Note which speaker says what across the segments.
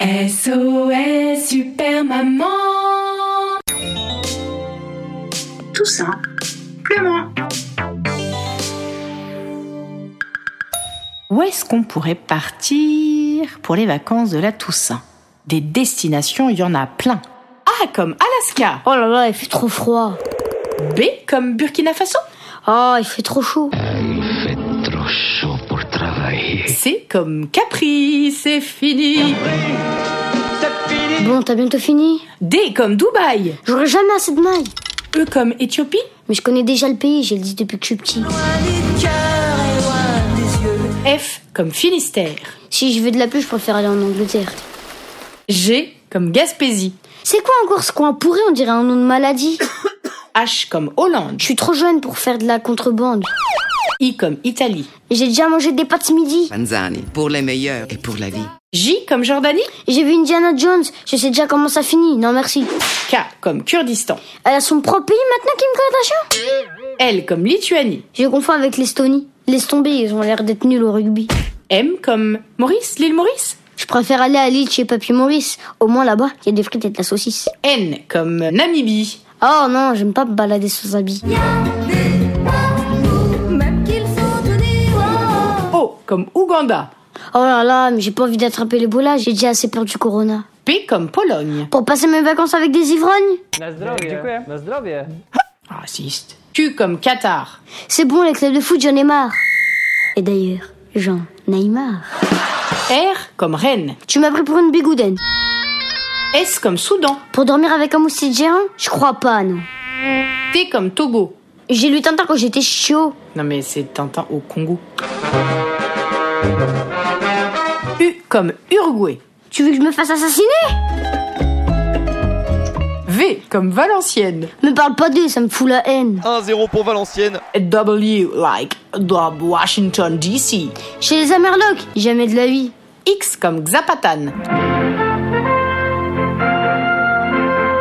Speaker 1: SOS Super Maman Tout simplement.
Speaker 2: Où est-ce qu'on pourrait partir pour les vacances de la Toussaint Des destinations, il y en a plein. A comme Alaska,
Speaker 3: Oh là là, il fait trop froid.
Speaker 2: B comme Burkina Faso,
Speaker 3: Oh, il fait trop chaud.
Speaker 4: fait trop chaud pour travailler.
Speaker 2: C comme Capri, c'est fini.
Speaker 3: Bon, t'as bientôt fini
Speaker 2: D comme Dubaï,
Speaker 3: J'aurai jamais assez de mailles.
Speaker 2: E comme Éthiopie,
Speaker 3: Mais je connais déjà le pays, j'ai le dit depuis que je suis petit.
Speaker 2: F comme Finistère,
Speaker 3: Si je veux de la pluie, je préfère aller en Angleterre.
Speaker 2: G comme Gaspésie,
Speaker 3: C'est quoi encore ce coin pourri On dirait un nom de maladie.
Speaker 2: H comme Hollande,
Speaker 3: Je suis trop jeune pour faire de la contrebande.
Speaker 2: I comme Italie,
Speaker 3: J'ai déjà mangé des pâtes midi.
Speaker 5: Panzani, pour les meilleurs et pour la vie.
Speaker 2: J comme Jordanie,
Speaker 3: J'ai vu Indiana Jones, je sais déjà comment ça finit. Non merci.
Speaker 2: K comme Kurdistan,
Speaker 3: Elle a son propre pays maintenant, Kim Kardashian
Speaker 2: L comme Lituanie,
Speaker 3: Je confonds avec l'Estonie. Laisse tomber, ils ont l'air d'être nuls au rugby.
Speaker 2: M comme Maurice, l'île Maurice,
Speaker 3: Je préfère aller à l'île chez Papy Maurice. Au moins là-bas, il y a des frites et de la saucisse.
Speaker 2: N comme Namibie,
Speaker 3: Oh non, j'aime pas me balader sans habits.
Speaker 2: O comme Ouganda,
Speaker 3: Oh là là, mais j'ai pas envie d'attraper les là, j'ai déjà assez peur du corona.
Speaker 2: P comme Pologne,
Speaker 3: Pour passer mes vacances avec des ivrognes
Speaker 2: raciste, Q comme Qatar,
Speaker 3: C'est bon, les clubs de foot, j'en ai marre. Et d'ailleurs, Jean Neymar.
Speaker 2: R comme Rennes,
Speaker 3: Tu m'as pris pour une bigoudaine.
Speaker 2: S comme Soudan,
Speaker 3: Pour dormir avec un moustique géant Je crois pas, non.
Speaker 2: T comme Togo.
Speaker 3: J'ai lu Tintin quand j'étais chaud.
Speaker 2: Non mais c'est Tintin au Congo. U comme Uruguay,
Speaker 3: Tu veux que je me fasse assassiner
Speaker 2: V comme Valenciennes,
Speaker 3: Me parle pas d'eux, ça me fout la haine.
Speaker 6: 1-0 pour Valenciennes.
Speaker 2: W like Dub Washington DC,
Speaker 3: Chez les Amerlocs, jamais de la vie.
Speaker 2: X comme Xapatan,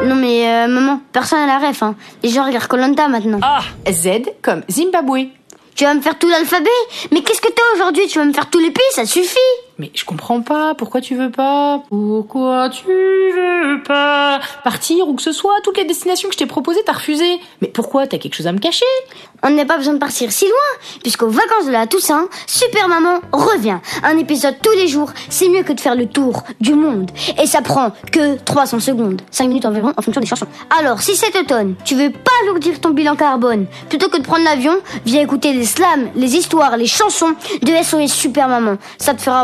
Speaker 3: Non mais euh, maman, personne à la ref, hein. Les gens regardent Colanta maintenant.
Speaker 2: Z comme Zimbabwe.
Speaker 3: Tu vas me faire tout l'alphabet Mais qu'est-ce que t'as aujourd'hui Tu vas me faire tous les pays, ça suffit
Speaker 2: Mais je comprends pas, pourquoi tu veux pas Pourquoi tu veux pas Partir ou que ce soit, toutes les destinations que je t'ai proposées, t'as refusé. Mais pourquoi T'as quelque chose à me cacher
Speaker 3: On n'a pas besoin de partir si loin, puisqu'aux vacances de la Toussaint, Super Maman revient. Un épisode tous les jours, c'est mieux que de faire le tour du monde. Et ça prend que 300 secondes, 5 minutes environ en fonction des chansons. Alors, si cet automne, tu veux pas alourdir ton bilan carbone, plutôt que de prendre l'avion, viens écouter les slams, les histoires, les chansons de SOS Super Maman. Ça te fera